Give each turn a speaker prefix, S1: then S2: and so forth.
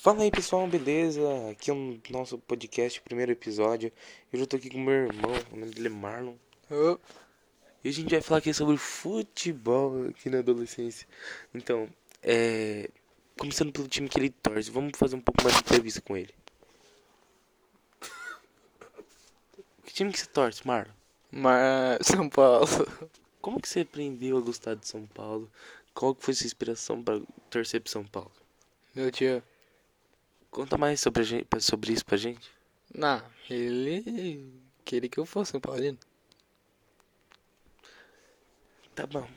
S1: Fala aí pessoal, beleza? Aqui é o nosso podcast, primeiro episódio. Eu já tô aqui com meu irmão, o nome dele é Marlon.
S2: Ô,
S1: E a gente vai falar aqui sobre futebol aqui na adolescência. Então, é. Começando pelo time que ele torce, vamos fazer um pouco mais de entrevista com ele. Que time que você torce, Marlon?
S2: Mar... São Paulo.
S1: Como que você aprendeu a gostar de São Paulo? Qual que foi sua inspiração pra torcer pro São Paulo?
S2: Meu tio.
S1: Conta mais sobre, a gente, sobre isso pra gente.
S2: Não, um ele queria que eu fosse São Paulino.
S1: Tá bom.